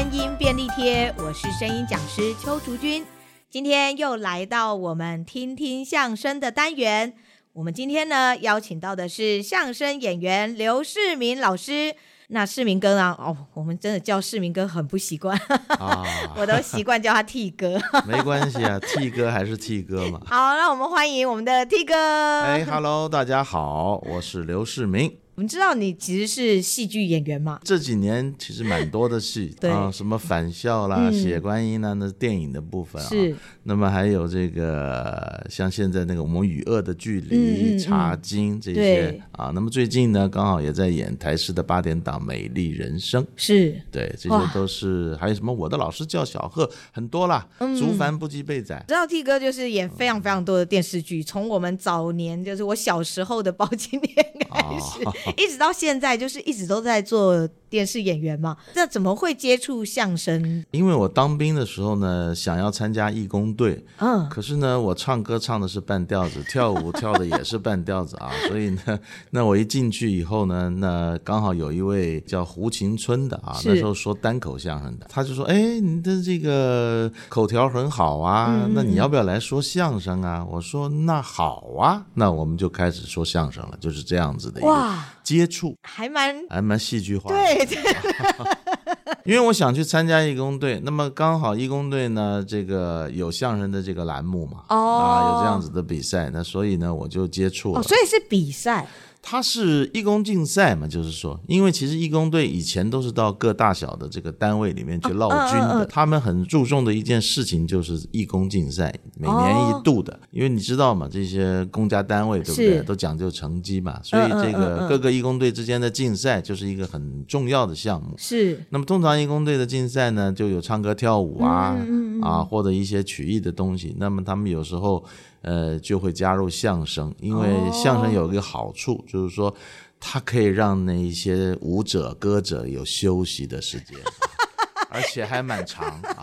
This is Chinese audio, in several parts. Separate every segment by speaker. Speaker 1: 声音便利贴，我是声音讲师邱竹君。今天又来到我们听听相声的单元。我们今天呢，邀请到的是相声演员刘世明老师。那世明哥啊，哦，我们真的叫世明哥很不习惯，
Speaker 2: 啊，
Speaker 1: 我都习惯叫他 T 哥。
Speaker 2: 没关系啊，T 哥还是 T 哥 嘛。
Speaker 1: 好，让我们欢迎我们的 T 哥。
Speaker 2: 哎哈喽，大家好，我是刘世明。
Speaker 1: 我们知道你其实是戏剧演员嘛？
Speaker 2: 这几年其实蛮多的戏
Speaker 1: 对
Speaker 2: 啊，什么返校啦、
Speaker 1: 嗯
Speaker 2: 血观音啦，那电影的部分啊。
Speaker 1: 是。
Speaker 2: 那么还有这个像现在那个我们与恶的距离、
Speaker 1: 嗯嗯嗯
Speaker 2: 茶经这些
Speaker 1: 对
Speaker 2: 啊。那么最近呢，刚好也在演台视的八点档《美丽人生》。
Speaker 1: 是，
Speaker 2: 对，这
Speaker 1: 哇
Speaker 2: 些都是还有什么？我的老师叫小贺，很多啦。
Speaker 1: 嗯
Speaker 2: 竹凡不及被宰
Speaker 1: 知道 T 哥就是演非常非常多的电视剧，从我们早年就是我小时候的包青天 开
Speaker 2: 啊，
Speaker 1: 始，一直到现在，就是一直都在做电视演员嘛。那怎么会接触相声？
Speaker 2: 因为我当兵的时候呢，想要参加义工队，
Speaker 1: 嗯，
Speaker 2: 可是呢，我唱歌唱的是半调子，跳舞跳的也是半调子啊， 所以呢，那我一进去以后呢，那刚好有一位叫胡晴春的啊，
Speaker 1: 是
Speaker 2: 那时候说单口相声的，他就说，哎，你的这个口条很好
Speaker 1: 嗯
Speaker 2: 啊，那你要不要来说相声啊？我说那好啊，那我们就开始说相声了，就是这样子的一个
Speaker 1: 哇，
Speaker 2: 接触，
Speaker 1: 还蛮
Speaker 2: 还蛮戏剧化的。
Speaker 1: 对对，
Speaker 2: 因为我想去参加义工队，那么刚好义工队呢，这个有相声的这个栏目嘛，
Speaker 1: 哦
Speaker 2: 啊，有这样子的比赛，那所以呢，我就接触了。
Speaker 1: 哦，所以是比赛
Speaker 2: 它是义工竞赛嘛，就是说，因为其实义工队以前都是到各大小的这个单位里面去绕军的，
Speaker 1: 嗯嗯嗯
Speaker 2: 他们很注重的一件事情就是义工竞赛，每年
Speaker 1: 哦
Speaker 2: 一度的，因为你知道嘛，这些公家单位对不对
Speaker 1: 是，
Speaker 2: 都讲究成绩嘛，所以这
Speaker 1: 嗯嗯嗯
Speaker 2: 个
Speaker 1: 嗯
Speaker 2: 各个义工队之间的竞赛就是一个很重要的项目。
Speaker 1: 是
Speaker 2: 那么通常义工队的竞赛呢，就有唱歌跳舞啊，
Speaker 1: 嗯
Speaker 2: 啊或者一些曲艺的东西。那么他们有时候呃就会加入相声，因为
Speaker 1: 哦
Speaker 2: 相声有一个好处，就是说它可以让那一些舞者、歌者有休息的时 间。而且还蛮长啊，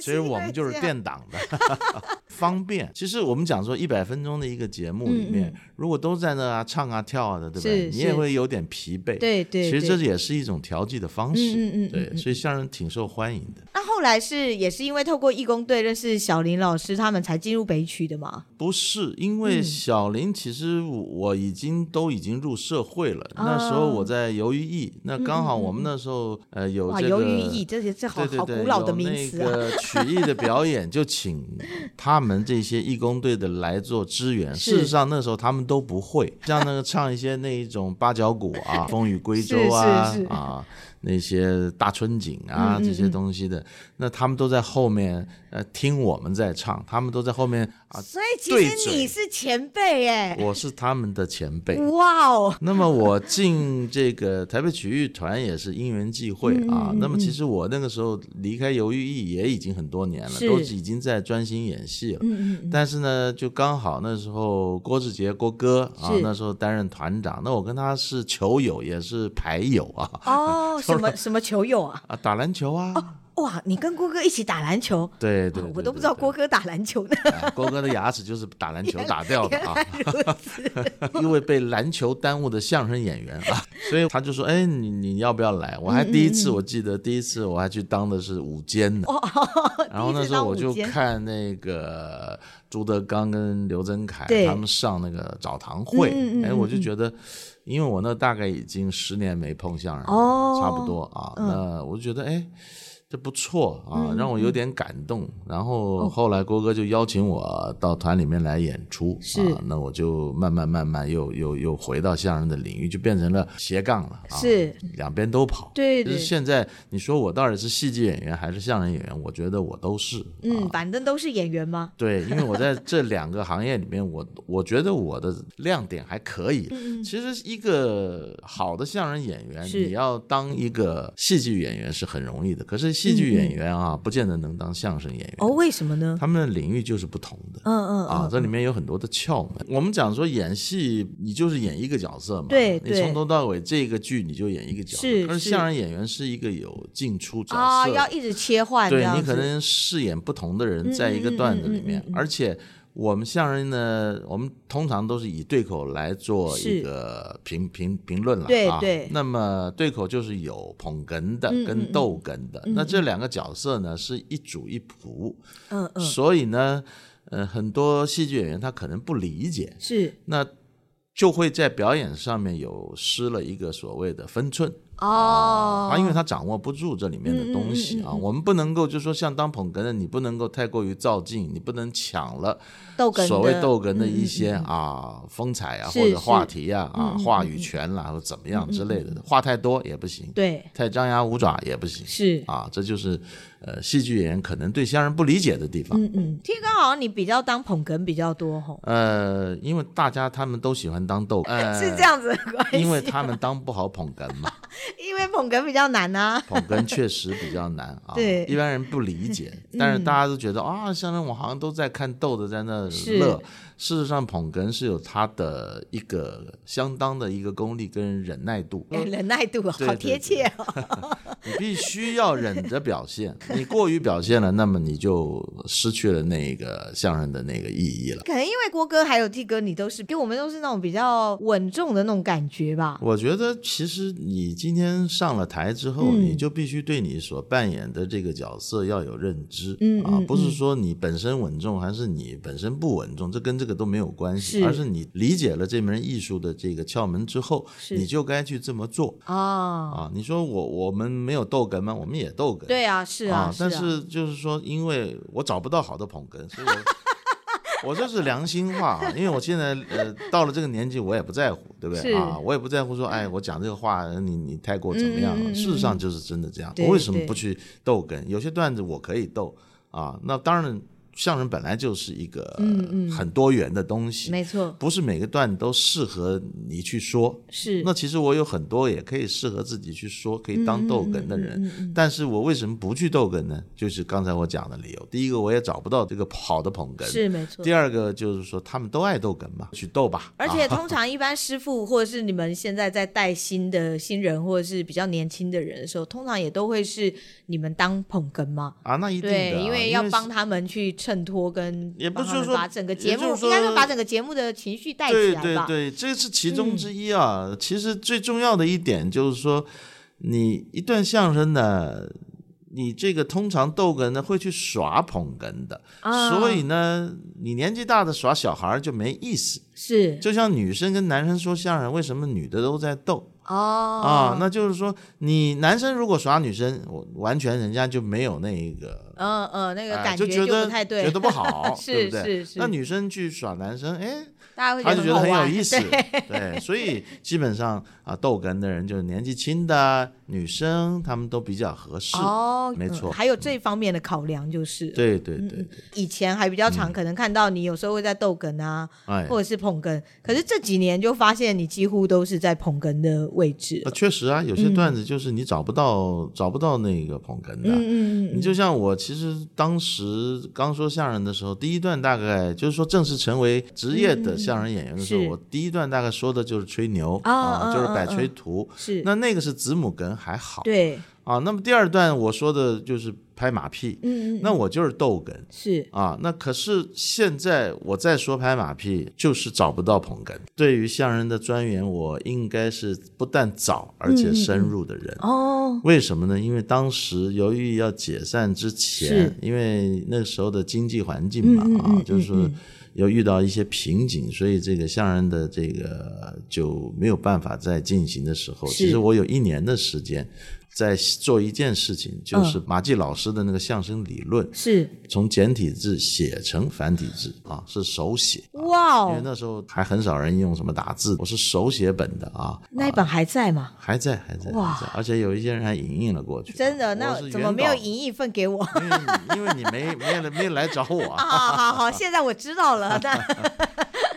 Speaker 2: 所以我们就是垫档的， 方便。其实我们讲说一百分钟的一个节目里面，如果都在那啊唱啊跳啊的，对不对？
Speaker 1: 嗯是
Speaker 2: 你也
Speaker 1: 是
Speaker 2: 会有点疲惫。
Speaker 1: 对对
Speaker 2: 其实这
Speaker 1: 对
Speaker 2: 也是一种调剂的方式，
Speaker 1: 嗯嗯嗯嗯
Speaker 2: 对，所以相声挺受欢迎的。
Speaker 1: 那后来是也是因为透过义工队认识小林老师，他们才进入北曲的嘛？
Speaker 2: 不是因为
Speaker 1: 嗯
Speaker 2: 小林，其实我我已经都已经入社会了，那时候我
Speaker 1: 哦
Speaker 2: 在鱿鱼艺，那刚
Speaker 1: 嗯
Speaker 2: 好我们那时候呃有
Speaker 1: 哇，
Speaker 2: 这个
Speaker 1: 鱿鱼艺这些这好
Speaker 2: 对对
Speaker 1: 好
Speaker 2: 对，
Speaker 1: 古老的名词
Speaker 2: 有
Speaker 1: 啊，
Speaker 2: 那个曲艺的表演，就请他们这些义工队的来做支援。
Speaker 1: 是
Speaker 2: 事实上那时候他们都不会，像那个唱一些那一种八角鼓 啊、风雨归舟啊
Speaker 1: 是是是嗯
Speaker 2: 啊那些大春景啊这些东西的，那他们都在后面呃听我们在唱，他们都在后面啊，
Speaker 1: 所以其
Speaker 2: 对
Speaker 1: 实
Speaker 2: 嘴
Speaker 1: 你是前辈哎、
Speaker 2: 我是他们的前辈。
Speaker 1: 哇 哦，
Speaker 2: 那么我进这个台北曲艺团也是因缘际会
Speaker 1: 嗯
Speaker 2: 啊。那么其实我那个时候离开游豫艺也已经很多年了，
Speaker 1: 是
Speaker 2: 都已经在专心演戏了。
Speaker 1: 嗯嗯嗯，
Speaker 2: 但是呢，就刚好那时候郭志杰郭哥啊
Speaker 1: 是，
Speaker 2: 那时候担任团长，那我跟他是球友，也是牌友啊
Speaker 1: 哦，什 么什么球友啊？
Speaker 2: 啊，打篮球啊，
Speaker 1: 哇，你跟郭哥一起打篮球，
Speaker 2: 对对
Speaker 1: 哇
Speaker 2: 对
Speaker 1: 我都不
Speaker 2: 对
Speaker 1: 知道
Speaker 2: 对
Speaker 1: 郭哥打篮球呢。
Speaker 2: 哎 郭哥的牙齿就是打篮球打掉的啊，
Speaker 1: 原来如此
Speaker 2: 因为被篮球耽误的相声演员 啊，所以他就说：“哎，你你要不要来？”我还第一次我记得第一次我还去当的是午间呢， 然后那时候我就
Speaker 1: 第一次当午间
Speaker 2: 看那个朱德刚跟刘增凯
Speaker 1: 对
Speaker 2: 他们上那个澡堂会
Speaker 1: 嗯嗯嗯，
Speaker 2: 哎，我就觉得，因为我那大概已经十年没碰相声
Speaker 1: 哦
Speaker 2: 了，差不多啊，那我就觉得哎。这不错啊，让
Speaker 1: 嗯
Speaker 2: 我有点感动。然
Speaker 1: 哦
Speaker 2: 后后来郭哥就邀请我到团里面来演出，
Speaker 1: 是
Speaker 2: 啊，那我就慢慢慢慢又又又回到相声的领域，就变成了斜杠了，啊、
Speaker 1: 是
Speaker 2: 两边都跑。
Speaker 1: 对
Speaker 2: 就是
Speaker 1: 对，
Speaker 2: 现在你说我到底是戏剧演员还是相声演员，我觉得我都是。
Speaker 1: 嗯，反正都是演员嘛。
Speaker 2: 对，因为我在这两个行业里面，我我觉得我的亮点还可以。其实一个好的相声演员，
Speaker 1: 嗯是
Speaker 2: 你要当一个戏剧演员是很容易的，可是戏
Speaker 1: 嗯
Speaker 2: 剧演员啊，不见得能当相声演员。
Speaker 1: 哦，为什么呢？
Speaker 2: 他们的领域就是不同的。
Speaker 1: 嗯嗯
Speaker 2: 啊，
Speaker 1: 嗯，
Speaker 2: 这里面有很多的窍门。我们讲说演戏，你就是演一个角色嘛，
Speaker 1: 对
Speaker 2: 你
Speaker 1: 对
Speaker 2: 从头到尾这个剧你就演一个角色。
Speaker 1: 是
Speaker 2: 可
Speaker 1: 是
Speaker 2: 是相声演员是一个有进出角色
Speaker 1: 啊，
Speaker 2: 的
Speaker 1: 要一直切换这
Speaker 2: 对
Speaker 1: 样
Speaker 2: 你
Speaker 1: 子，嗯
Speaker 2: 可能饰演不同的人在一个段子里面，而且我们相声呢，我们通常都是以对口来做
Speaker 1: 是
Speaker 2: 一个评评评论了
Speaker 1: 对
Speaker 2: 啊。
Speaker 1: 对
Speaker 2: 那么对口就是有捧哏的
Speaker 1: 嗯嗯
Speaker 2: 跟逗哏的，
Speaker 1: 嗯
Speaker 2: 那
Speaker 1: 嗯
Speaker 2: 这两个角色呢是一主一仆，
Speaker 1: 嗯嗯，
Speaker 2: 所以呢，呃，很多戏剧演员他可能不理解，
Speaker 1: 是
Speaker 2: 那就会在表演上面有失了一个所谓的分寸。
Speaker 1: 哦，
Speaker 2: 啊，因为他掌握不住这里面的东西
Speaker 1: 嗯嗯嗯嗯
Speaker 2: 啊，
Speaker 1: 嗯
Speaker 2: 我们不能够就说像当捧哏的，你不能够太过于造进，你不能抢了
Speaker 1: 逗哏的
Speaker 2: 所谓逗哏的
Speaker 1: 嗯
Speaker 2: 一
Speaker 1: 嗯
Speaker 2: 些
Speaker 1: 嗯
Speaker 2: 啊风采啊
Speaker 1: 是
Speaker 2: 或者话题啊
Speaker 1: 嗯嗯
Speaker 2: 啊
Speaker 1: 嗯
Speaker 2: 话语权啦或者怎么样之类的，话太多也不行，
Speaker 1: 对
Speaker 2: 太张牙舞爪也不行
Speaker 1: 是。
Speaker 2: 啊，这就是呃戏剧演员可能对相声不理解的地方。
Speaker 1: 嗯嗯，天刚好像你比较当捧哏比较多吼，
Speaker 2: 呃，因为大家他们都喜欢当逗， 呃，
Speaker 1: 是这，样子的关系，
Speaker 2: 因为他们当不好捧哏 嘛。
Speaker 1: 因为捧哏比较难 啊，
Speaker 2: 捧哏确实比较难啊，
Speaker 1: 对嗯
Speaker 2: 一般人不理解，但是大家都觉得啊，相声我好像都在看逗的在那
Speaker 1: 是
Speaker 2: 乐。事实上，捧哏是有它的一个相当的一个功力跟忍耐度，
Speaker 1: 哎忍耐度
Speaker 2: 哦对
Speaker 1: 好贴切哦，
Speaker 2: 你必须要忍着表现，你过于表现了，那么你就失去了那个相声的那个意义了。
Speaker 1: 可能因为郭哥还有 T 哥你都是给我们都是那种比较稳重的那种感觉吧，
Speaker 2: 我觉得，其实你今天上了台之后，
Speaker 1: 嗯
Speaker 2: 你就必须对你所扮演的这个角色要有认知，
Speaker 1: 嗯
Speaker 2: 啊
Speaker 1: 嗯，
Speaker 2: 不是
Speaker 1: 嗯
Speaker 2: 说你本身稳重还是你本身不稳重，这跟这个都没有关系，
Speaker 1: 是
Speaker 2: 而是你理解了这门艺术的这个窍门之后，
Speaker 1: 是
Speaker 2: 你就该去这么做
Speaker 1: 哦，
Speaker 2: 啊。你说我我们没有逗哏吗？我们也逗哏，
Speaker 1: 对啊，是
Speaker 2: 啊，但
Speaker 1: 是啊，
Speaker 2: 是就是说，因为我找不到好的捧哏，所以我我这是良心话啊，因为我现在呃到了这个年纪，我也不在乎，对不对
Speaker 1: 是
Speaker 2: 啊？我也不在乎说，哎，我讲这个话你你太过怎么样
Speaker 1: 嗯嗯嗯
Speaker 2: 了？
Speaker 1: 嗯
Speaker 2: 事实上就是真的这样。
Speaker 1: 对
Speaker 2: 我为什么
Speaker 1: 对
Speaker 2: 不去逗哏？有些段子我可以逗啊，那当然相声本来就是一个
Speaker 1: 嗯嗯
Speaker 2: 很多元的东西，
Speaker 1: 没错，
Speaker 2: 不是每个段都适合你去说。
Speaker 1: 是
Speaker 2: 那其实我有很多也可以适合自己去说，可以当逗哏的人，
Speaker 1: 嗯嗯嗯嗯嗯
Speaker 2: 但是我为什么不去逗哏呢？就是刚才我讲的理由。第一个，我也找不到这个好的捧哏；
Speaker 1: 是没错
Speaker 2: 第。二个就是说，他们都爱逗哏嘛，去逗吧。
Speaker 1: 而
Speaker 2: 啊
Speaker 1: 且通常一般师傅或者是你们现在在带新的新人或者是比较年轻的人的时候，通常也都会是你们当捧哏嘛，
Speaker 2: 啊，那一定的啊、
Speaker 1: 对，因为要帮他们去衬托跟
Speaker 2: 也不
Speaker 1: 帮他们
Speaker 2: 是说
Speaker 1: 把整个节目
Speaker 2: 也就是说
Speaker 1: 应该说把整个节目的情绪带起
Speaker 2: 对
Speaker 1: 来
Speaker 2: 对
Speaker 1: 吧，嗯
Speaker 2: 对，这是其中之一啊。其实最重要的一点就是说，你一段相声呢，你这个通常逗哏呢会去耍捧哏的，
Speaker 1: 啊
Speaker 2: 所以呢，你年纪大的耍小孩儿就没意思。
Speaker 1: 是
Speaker 2: 就像女生跟男生说相声，为什么女的都在逗？
Speaker 1: 哦
Speaker 2: 啊，那就是说，你男生如果耍女生，我完全人家就没有那个，
Speaker 1: 嗯嗯，那个
Speaker 2: 哎
Speaker 1: 感
Speaker 2: 就
Speaker 1: 觉
Speaker 2: 觉得
Speaker 1: 不太对，
Speaker 2: 觉得 不好，
Speaker 1: 是
Speaker 2: 对不对？
Speaker 1: 是是
Speaker 2: 那女生去耍男生，哎，
Speaker 1: 大家会
Speaker 2: 她就觉得
Speaker 1: 很
Speaker 2: 很
Speaker 1: 好
Speaker 2: 有
Speaker 1: 玩
Speaker 2: 意思，
Speaker 1: 对
Speaker 2: 对，所以基本上啊，逗哏的人就是年纪轻的女生，她们都比较合适，
Speaker 1: 哦，
Speaker 2: 没
Speaker 1: 嗯
Speaker 2: 错
Speaker 1: 还有这方面的考量就是了，
Speaker 2: 对嗯对对，
Speaker 1: 以前还比较常可能看到你有时候会在逗哏啊，
Speaker 2: 哎，
Speaker 1: 或者是捧哏，可是这几年就发现你几乎都是在捧哏的位置
Speaker 2: 那
Speaker 1: 了。
Speaker 2: 确实啊，有些段子就是你找不到找不到那个捧哏的，
Speaker 1: 嗯嗯
Speaker 2: 你就像我，其实当时刚说相声的时候，第一段大概就是说正式成为职业的相声演员的时
Speaker 1: 嗯
Speaker 2: 候，
Speaker 1: 嗯嗯是
Speaker 2: 我第一段大概说的就是吹牛
Speaker 1: 啊
Speaker 2: 啊、
Speaker 1: 啊
Speaker 2: 就是
Speaker 1: 啊
Speaker 2: 摆
Speaker 1: 啊
Speaker 2: 吹图。
Speaker 1: 是，
Speaker 2: 那那个是子母哏还好
Speaker 1: 对，
Speaker 2: 啊，那么第二段我说的就是拍马屁，
Speaker 1: 嗯嗯，
Speaker 2: 那我就是逗哏
Speaker 1: 是
Speaker 2: 啊。那可是现在我再说拍马屁，就是找不到捧哏。对于相声的专员，我应该是不但早而
Speaker 1: 嗯
Speaker 2: 且深入的人。
Speaker 1: 哦，
Speaker 2: 为什么呢？因为当时由于要解散之前
Speaker 1: 是，
Speaker 2: 因为那时候的经济环境嘛，
Speaker 1: 嗯嗯嗯
Speaker 2: 啊
Speaker 1: 嗯，
Speaker 2: 就是说有遇到一些瓶颈，所以这个相声的这个就没有办法再进行的时候，
Speaker 1: 是
Speaker 2: 其实我有一年的时间。在做一件事情，就是
Speaker 1: 嗯
Speaker 2: 马季老师的那个相声理论，
Speaker 1: 是
Speaker 2: 从简体字写成繁体字啊，是手写，
Speaker 1: 哇
Speaker 2: 因为
Speaker 1: 哦，
Speaker 2: 那时候还很少人用什么打字，我是手写本的啊。
Speaker 1: 那一本还在吗？
Speaker 2: 还在，还在，
Speaker 1: 哇
Speaker 2: 还在，而且有一些人还影印了过去。啊
Speaker 1: 真的，
Speaker 2: 我
Speaker 1: 那
Speaker 2: 是
Speaker 1: 怎
Speaker 2: 原
Speaker 1: 么没有
Speaker 2: 稿？
Speaker 1: 赢一份给 我？
Speaker 2: 因为你因为你没没来没来找我
Speaker 1: 啊，
Speaker 2: 啊，
Speaker 1: 好好，现在我知道 了。那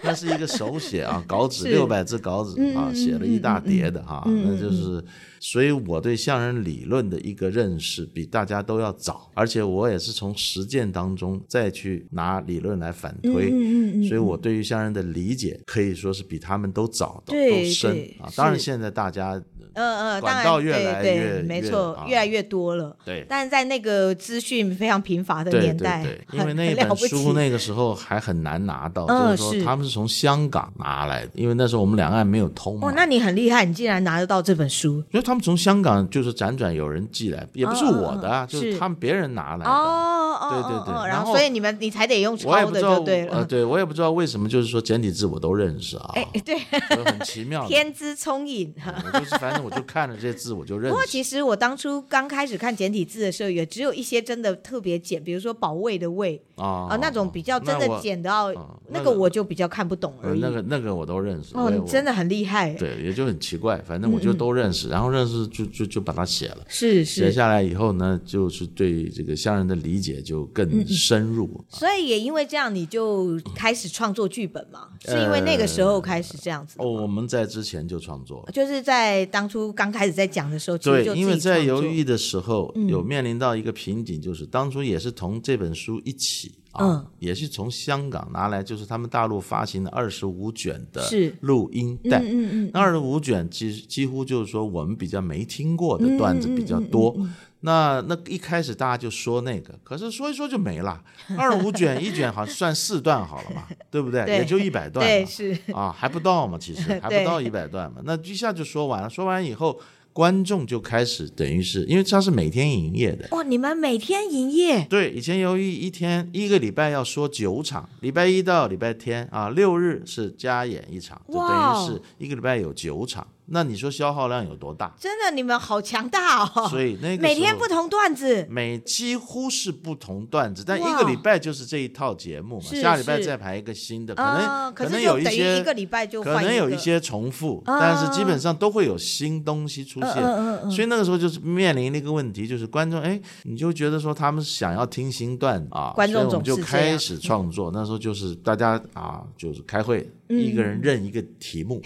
Speaker 2: 那是一个手写啊，稿纸
Speaker 1: 是嗯
Speaker 2: 六百字稿纸啊，写了一大叠的哈，那就是，所以我对相声理论的一个认识比大家都要早，而且我也是从实践当中再去拿理论来反推，
Speaker 1: 嗯
Speaker 2: 所以我对于相声的理解可以说是比他们都早，都
Speaker 1: 对
Speaker 2: 都深
Speaker 1: 对
Speaker 2: 啊。当然，
Speaker 1: 是
Speaker 2: 现在大家呃
Speaker 1: 嗯嗯，当
Speaker 2: 管
Speaker 1: 然
Speaker 2: 道越
Speaker 1: 对
Speaker 2: 来
Speaker 1: 对，
Speaker 2: 越
Speaker 1: 没
Speaker 2: 越
Speaker 1: 错
Speaker 2: 啊，
Speaker 1: 越来越多了。
Speaker 2: 对。
Speaker 1: 但是在那个资讯非常贫乏的
Speaker 2: 对
Speaker 1: 年
Speaker 2: 对
Speaker 1: 代，
Speaker 2: 对，
Speaker 1: 很
Speaker 2: 因为那
Speaker 1: 很
Speaker 2: 一
Speaker 1: 了
Speaker 2: 本
Speaker 1: 不
Speaker 2: 书
Speaker 1: 起
Speaker 2: 那个时候还很难拿到，
Speaker 1: 嗯
Speaker 2: 就是
Speaker 1: 是
Speaker 2: 说他们是从香港拿来的，因为那时候我们两岸没有通嘛。
Speaker 1: 哦，那你很厉害，你竟然拿得到这本书
Speaker 2: 所以他们从香港就是辗转有人寄来，也不是
Speaker 1: 嗯嗯
Speaker 2: 我的啊，
Speaker 1: 嗯
Speaker 2: 就是是他们别人拿来的。
Speaker 1: 哦
Speaker 2: 对对对
Speaker 1: 哦哦然
Speaker 2: 然
Speaker 1: 后
Speaker 2: 后
Speaker 1: 所以你们你才得用
Speaker 2: 我也
Speaker 1: 抄
Speaker 2: 不
Speaker 1: 的
Speaker 2: 知道
Speaker 1: 就对，
Speaker 2: 呃，
Speaker 1: 了。
Speaker 2: 对我也不知道为什么，就是说简体字我都认识啊，
Speaker 1: 哎，对，
Speaker 2: 所以很奇 妙的。
Speaker 1: 天资聪颖。
Speaker 2: 我就是反正我就看了这些字我就认
Speaker 1: 不过
Speaker 2: 识。
Speaker 1: 其实我当初刚开始看简体字的时候，也只有一些真的特别简，比如说“保卫”的“卫”
Speaker 2: 啊
Speaker 1: 啊，那种比较真
Speaker 2: 那
Speaker 1: 的
Speaker 2: 我
Speaker 1: 简到
Speaker 2: 嗯
Speaker 1: 那
Speaker 2: 那
Speaker 1: 个哦
Speaker 2: 个
Speaker 1: 我就比较看不懂
Speaker 2: 呃
Speaker 1: 而已。
Speaker 2: 那个那个我都认识。
Speaker 1: 哦，
Speaker 2: 我也
Speaker 1: 你真嗯的很厉害
Speaker 2: 我。对，也就很奇怪，反正我就都认识，然后认识就就就把它写了。
Speaker 1: 是
Speaker 2: 写
Speaker 1: 是，
Speaker 2: 下来以后呢，就是对这个乡人的理解就更深入。
Speaker 1: 所以也因为这样，你就开始创作剧本嘛？是因为那个时候开始这样子的
Speaker 2: 呃哦，
Speaker 1: 吗。
Speaker 2: 我们在之前就创作了。
Speaker 1: 就是在当初刚开始在讲的时候，其实
Speaker 2: 对
Speaker 1: 就，自
Speaker 2: 因为
Speaker 1: 己
Speaker 2: 在
Speaker 1: 创
Speaker 2: 犹
Speaker 1: 作嗯
Speaker 2: 豫的时候，有面临到一个瓶颈，就是当初也是同这本书一起啊，
Speaker 1: 嗯
Speaker 2: 也是从香港拿来，就是他们大陆发行的二十五卷的
Speaker 1: 是
Speaker 2: 录音带。
Speaker 1: 嗯嗯嗯，
Speaker 2: 那二十五卷几几乎就是说我们比较没听过
Speaker 1: 嗯
Speaker 2: 的段子比较多。那那一开始大家就说那个，可是说一说就没了。二十五卷一卷好像算四段好了嘛，对不对？
Speaker 1: 对
Speaker 2: 也就一百段嘛。
Speaker 1: 对，是
Speaker 2: 啊，还不到嘛，其实还不到一百段嘛，那一下就说完了。说完以后，观众就开始等于是因为它是每天营业的，
Speaker 1: 哇，你们每天营业
Speaker 2: 对，以前由于一天一个礼拜要说九场，礼拜一到礼拜天啊，六日是加演一场，就
Speaker 1: 哇哦
Speaker 2: 等于是一个礼拜有九场。那你说消耗量有多大？
Speaker 1: 真的，你们好强大哦！
Speaker 2: 所以那个
Speaker 1: 每
Speaker 2: 时
Speaker 1: 天
Speaker 2: 候
Speaker 1: 不同段子，
Speaker 2: 每几乎是不同段子，但一
Speaker 1: 哇
Speaker 2: 个礼拜就是这一套节目嘛，
Speaker 1: 是
Speaker 2: 下礼拜
Speaker 1: 是
Speaker 2: 再排一个新的，可能、
Speaker 1: 啊，可
Speaker 2: 能
Speaker 1: 是
Speaker 2: 有
Speaker 1: 就
Speaker 2: 一
Speaker 1: 等于
Speaker 2: 些
Speaker 1: 一个礼拜就
Speaker 2: 可
Speaker 1: 换
Speaker 2: 能有
Speaker 1: 一
Speaker 2: 一
Speaker 1: 个
Speaker 2: 些重复，
Speaker 1: 啊
Speaker 2: 但是基本上都会有新东西出
Speaker 1: 嗯
Speaker 2: 现。
Speaker 1: 嗯嗯嗯，
Speaker 2: 所以那个时候就是面临了一个问题，就是观众哎，你就觉得说他们想要听新段子啊，
Speaker 1: 观众
Speaker 2: 所以我们
Speaker 1: 总
Speaker 2: 就是开始创作。那时候就是大家啊，就是开会，
Speaker 1: 嗯
Speaker 2: 一个人认一个 题目，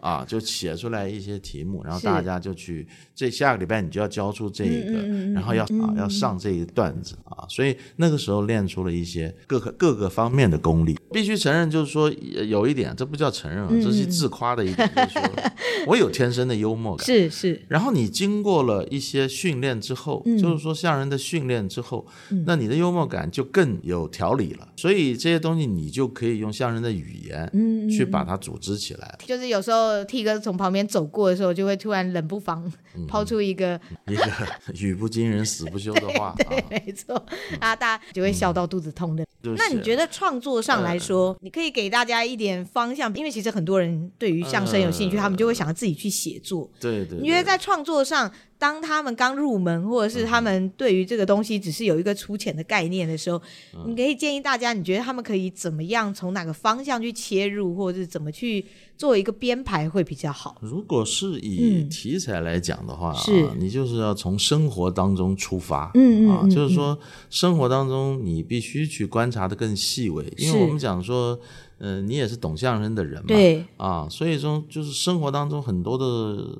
Speaker 2: 啊，就写出来一些题目，然后
Speaker 1: 是
Speaker 2: 大家就去这下个礼拜你就要交出这一个，
Speaker 1: 嗯嗯嗯嗯
Speaker 2: 然后要、啊要上这一段子啊，所以那个时候练出了一些各个各个方面的功力。必须承认，就是说呃有一点，这不叫承认
Speaker 1: 嗯
Speaker 2: 啊，这是自夸的一点，就是 说我有天生的幽默感。
Speaker 1: 是是
Speaker 2: 然后你经过了一些训练之后，
Speaker 1: 嗯
Speaker 2: 就是说像人的训练之后，那你的幽默感就更有条理了。所以这些东西你就可以用像人的语言，
Speaker 1: 嗯
Speaker 2: 去把它组织起来。
Speaker 1: 就是有时候 T 哥从旁边走过的时候，就会突然冷不防
Speaker 2: 嗯
Speaker 1: 抛出一个，
Speaker 2: 一个 语不惊人死不休的 话啊，
Speaker 1: 没错啊，大家就会笑到肚子痛的。
Speaker 2: 嗯就是呃
Speaker 1: 那你觉得创作上来说，你可以给大家一点方向，因为其实很多人对于相声有兴趣，
Speaker 2: 呃
Speaker 1: 他们就会想要自己去写作。
Speaker 2: 对对，
Speaker 1: 你觉得
Speaker 2: 对
Speaker 1: 在创作上，当他们刚入门，或者是他们对于这个东西只是有一个粗浅的概念的时候，
Speaker 2: 嗯
Speaker 1: 你可以建议大家，你觉得他们可以怎么样，从哪个方向去切入，或者是怎么去做一个编排会比较好？
Speaker 2: 如果是以
Speaker 1: 嗯
Speaker 2: 题材来讲的话，
Speaker 1: 是
Speaker 2: 啊，你就是要从生活当中出发，
Speaker 1: 嗯嗯
Speaker 2: 啊，
Speaker 1: 嗯
Speaker 2: 就是说生活当中你必须去观察的更细微，因
Speaker 1: 是
Speaker 2: 为我们讲说，呃，你也是懂相声的人嘛，
Speaker 1: 对，
Speaker 2: 啊，所以说就是生活当中很多的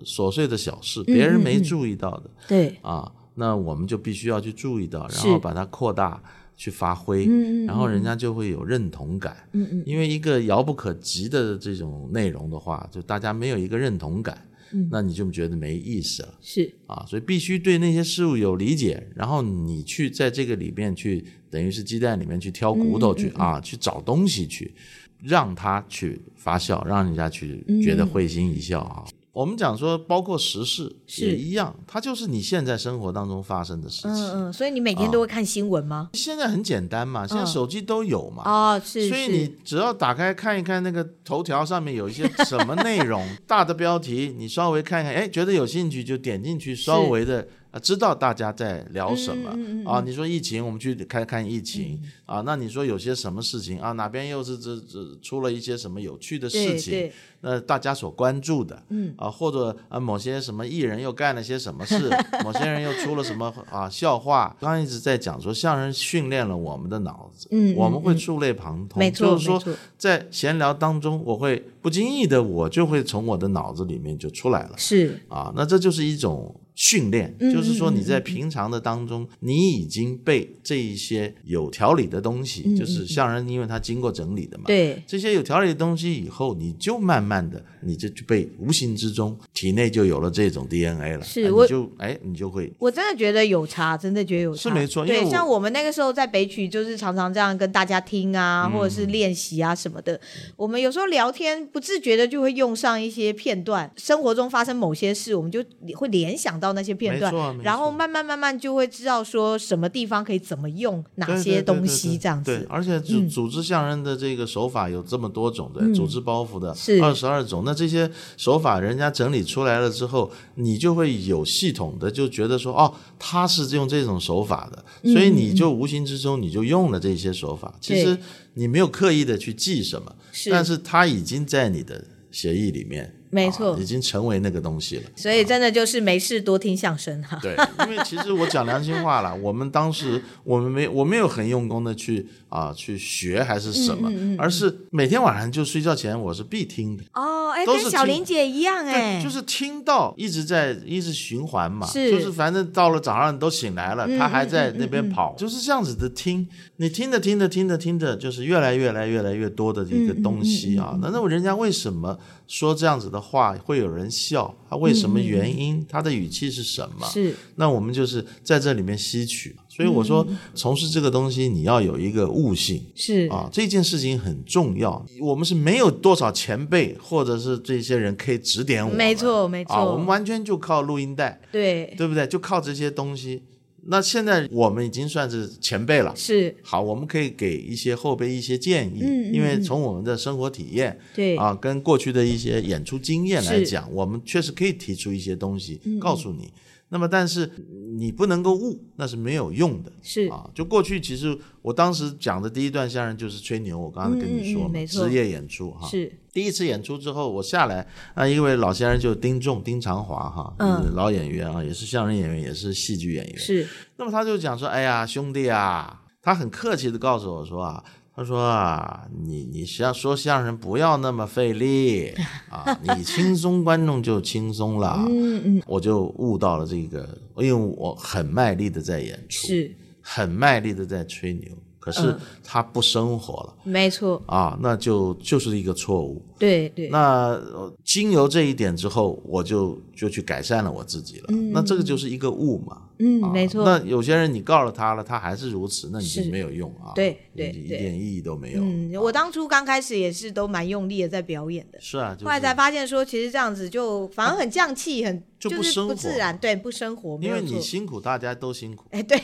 Speaker 2: 琐碎的小
Speaker 1: 嗯
Speaker 2: 事，别人没注意到的
Speaker 1: 对，
Speaker 2: 啊，那我们就必须要去注意到，然
Speaker 1: 嗯是
Speaker 2: 后把它扩大去发挥，
Speaker 1: 嗯嗯
Speaker 2: 然后人家就会有认同感，
Speaker 1: 嗯嗯，
Speaker 2: 因为一个遥不可及的这种内容的话，就大家没有一个认同感，
Speaker 1: 嗯
Speaker 2: 那你就觉得没意思了
Speaker 1: 是
Speaker 2: 啊。所以必须对那些事物有理解，然后你去在这个里面去，等于是鸡蛋里面去挑骨头
Speaker 1: 嗯
Speaker 2: 去、啊，去找东西去，让它去发酵，让人家去
Speaker 1: 嗯
Speaker 2: 觉得会心一笑啊。我们讲说，包括时事
Speaker 1: 是
Speaker 2: 也一样，它就是你现在生活当中发生的事情。
Speaker 1: 嗯嗯，所以你每天都会看新闻吗？
Speaker 2: 现在很简单嘛，现在手机都有嘛。
Speaker 1: 嗯哦，是，
Speaker 2: 所以
Speaker 1: 是
Speaker 2: 你只要打开看一看那个头条上面有一些什么 内容，大的标题，你稍微看看，哎，觉得有兴趣就点进去，稍微的啊知道大家在聊什么、
Speaker 1: 嗯嗯嗯嗯嗯
Speaker 2: 啊。你说疫情，我们去看看疫情、啊。那你说有些什么事情啊？哪边又是这这出了一些什么有趣的
Speaker 1: 对
Speaker 2: 事情？
Speaker 1: 对，
Speaker 2: 那大家所关注的，
Speaker 1: 嗯
Speaker 2: 啊，或者啊某些什么艺人又干了些什么 事，某些人又出了什么啊笑话。刚刚一直在讲说，相声训练了我们的脑子，
Speaker 1: 嗯
Speaker 2: 我们会
Speaker 1: 嗯
Speaker 2: 触类旁通，
Speaker 1: 没错
Speaker 2: 就
Speaker 1: 没
Speaker 2: 是说
Speaker 1: 错，
Speaker 2: 在闲聊当中，我会不经意的，我就会从我的脑子里面就出来了
Speaker 1: 是
Speaker 2: 啊。那这就是一种训练，
Speaker 1: 嗯
Speaker 2: 就是说你在平常的当中，你已经被这一些有条理的东
Speaker 1: 嗯
Speaker 2: 西，就是像人，因为他经过整理的嘛，
Speaker 1: 对，
Speaker 2: 这些有条理的东西以后，你就慢慢的，你这就被无形之中体内就有了这种 DNA 了，
Speaker 1: 是
Speaker 2: 哎
Speaker 1: 我
Speaker 2: 你就哎，你就会
Speaker 1: 我真的觉得有差，真的觉得有差，
Speaker 2: 是没错因为
Speaker 1: 对，
Speaker 2: 我
Speaker 1: 像我们那个时候在北曲，就是常常这样跟大家听啊，
Speaker 2: 嗯
Speaker 1: 或者是练习啊什么的。我们有时候聊天不自觉的就会用上一些片段，生活中发生某些事，我们就会联想到那些片段
Speaker 2: 没错啊没，错
Speaker 1: 然后慢慢慢慢就会知道说什么地方可以怎么用哪
Speaker 2: 对
Speaker 1: 些
Speaker 2: 对对
Speaker 1: 东
Speaker 2: 对
Speaker 1: 西
Speaker 2: 对
Speaker 1: 这样
Speaker 2: 对
Speaker 1: 子。嗯
Speaker 2: 而且组组织相声的这个手法有这么多种的，组织包袱的
Speaker 1: 是
Speaker 2: 二十二种。那这些手法人家整理出来了之后，你就会有系统的就觉得说，哦，他是用这种手法的，
Speaker 1: 嗯
Speaker 2: 所以你就无形之中你就用了这些手法。其实
Speaker 1: 对
Speaker 2: 你没有刻意的去记什么，
Speaker 1: 是
Speaker 2: 但是它已经在你的协议里面，
Speaker 1: 没
Speaker 2: 啊
Speaker 1: 错
Speaker 2: 已经成为那个东西了。
Speaker 1: 所以真的就是没事多听相声 哈、
Speaker 2: 对，因为其实我讲良心话了，我们当时我们没我没有很用功的去啊去学还是什么，而是每天晚上就睡觉前我是必听的，
Speaker 1: 哦，哎，
Speaker 2: 都
Speaker 1: 跟
Speaker 2: 是
Speaker 1: 小
Speaker 2: 听
Speaker 1: 玲姐一样哎、
Speaker 2: 对，就是听到一直在一直循环嘛，
Speaker 1: 是
Speaker 2: 就是反正到了早上你都醒来了，他还在那边跑，就是这样子的听，你听着听着听着听着，就是越来越来越来越多的一个东西啊。那那人家为什么说这样子的话会有人笑？他为什么原因？他的语气是什么？
Speaker 1: 是
Speaker 2: 那我们就是在这里面吸取。所以我说，
Speaker 1: 嗯
Speaker 2: 从事这个东西，你要有一个悟性
Speaker 1: 是
Speaker 2: 啊，这件事情很重要。我们是没有多少前辈或者是这些人可以指点我们，
Speaker 1: 没错没错
Speaker 2: 啊，我们完全就靠录音带，
Speaker 1: 对
Speaker 2: 对不对？就靠这些东西。那现在我们已经算是前辈了。
Speaker 1: 是，
Speaker 2: 好，我们可以给一些后辈一些建议，
Speaker 1: 嗯嗯
Speaker 2: 因为从我们的生活体验，
Speaker 1: 对
Speaker 2: 啊，跟过去的一些演出经验来
Speaker 1: 是嗯
Speaker 2: 讲，我们确实可以提出一些东西告诉你。那么，但是你不能够悟，那是没有用的。
Speaker 1: 是
Speaker 2: 啊，就过去其实我当时讲的第一段相声就是吹牛，我刚刚跟
Speaker 1: 嗯
Speaker 2: 你
Speaker 1: 嗯嗯
Speaker 2: 说嘛，
Speaker 1: 没错
Speaker 2: 职业演出哈。
Speaker 1: 是
Speaker 2: 第一次演出之后，我下来，那一位老先生就丁仲丁长华哈，
Speaker 1: 嗯
Speaker 2: 老演员啊，也是相声演员，也是戏剧演员。
Speaker 1: 是
Speaker 2: 那么他就讲说：“哎呀，兄弟啊！”他很客气的告诉我说：“啊，他说啊，你你像说相声不要那么费 力啊，你轻松观众就轻松了。”嗯嗯，我就悟到了这个，因为我很卖力的在演出，
Speaker 1: 是，
Speaker 2: 很卖力的在吹牛，可是他不生活了。
Speaker 1: 没错，
Speaker 2: 啊，那就就是一个错误。
Speaker 1: 对对，
Speaker 2: 那呃经由这一点之后，我就就去改善了我自己了。那这个就是一个悟嘛，
Speaker 1: 嗯，
Speaker 2: 啊
Speaker 1: 没错，
Speaker 2: 那有些人你告了他了，他还是如此，那你就是没有用啊，
Speaker 1: 对
Speaker 2: 你
Speaker 1: 对
Speaker 2: 就一
Speaker 1: 对
Speaker 2: 点意义都没有。
Speaker 1: 嗯，我当初刚开始也是都蛮用力的在表演的，
Speaker 2: 是啊，就
Speaker 1: 后来才
Speaker 2: 是
Speaker 1: 发现说，其实这样子就反而很降气，很
Speaker 2: 就不
Speaker 1: 是不
Speaker 2: 生活
Speaker 1: 自然，对，不生活，没
Speaker 2: 因
Speaker 1: 有
Speaker 2: 为你
Speaker 1: 错，
Speaker 2: 辛苦，大家都辛苦
Speaker 1: 哎，对，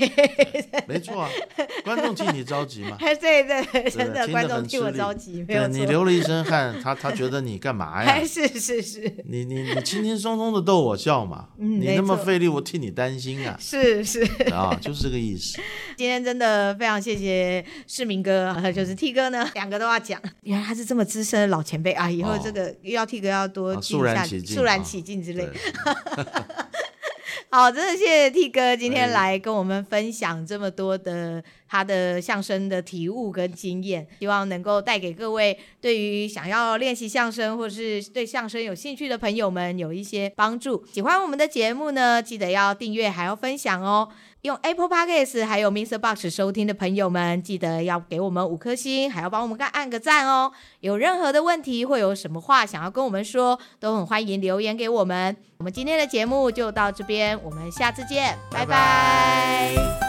Speaker 2: 没错啊，观众替你着急嘛。
Speaker 1: 哎， 对对对，
Speaker 2: 对
Speaker 1: 真
Speaker 2: 不
Speaker 1: 的
Speaker 2: 对
Speaker 1: 观
Speaker 2: 听得
Speaker 1: 众
Speaker 2: 很
Speaker 1: 替
Speaker 2: 吃
Speaker 1: 我
Speaker 2: 力
Speaker 1: 着急， 没有
Speaker 2: 对啊你啊
Speaker 1: 错，
Speaker 2: 流了一身汗，他他觉得你干嘛呀
Speaker 1: 哎，？ 是是是
Speaker 2: 你你你轻轻松松的逗我笑嘛，
Speaker 1: 嗯
Speaker 2: 你
Speaker 1: 没
Speaker 2: 那么
Speaker 1: 错，
Speaker 2: 费力，我替你担心啊
Speaker 1: 是 是，
Speaker 2: 啊，就是这个意思。
Speaker 1: 今天真的非常谢谢市民哥，还有就是 T 哥 呢，两个都要讲。原来他是这么资深的老前辈啊，以后
Speaker 2: 哦
Speaker 1: 这个又要 T 哥要多
Speaker 2: 啊
Speaker 1: 敬
Speaker 2: 肃
Speaker 1: 一
Speaker 2: 然
Speaker 1: 下，
Speaker 2: 起敬
Speaker 1: 肃然
Speaker 2: 啊
Speaker 1: 起敬之类
Speaker 2: 对。，
Speaker 1: 好，真的谢谢 T 哥今天
Speaker 2: 哎
Speaker 1: 来跟我们分享这么多的他的相声的体悟跟经验，希望能够带给各位对于想要练习相声或是对相声有兴趣的朋友们有一些帮助。喜欢我们的节目呢，记得要订阅还要分享哦。用 Apple Podcast 还有 Mr. Box 收听的朋友们，记得要给我们五颗星，还要帮我们按个赞哦。有任何的问题或有什么话想要跟我们说，都很欢迎留言给我们。我们今天的节目就到这边，我们下次见，拜拜
Speaker 2: 拜拜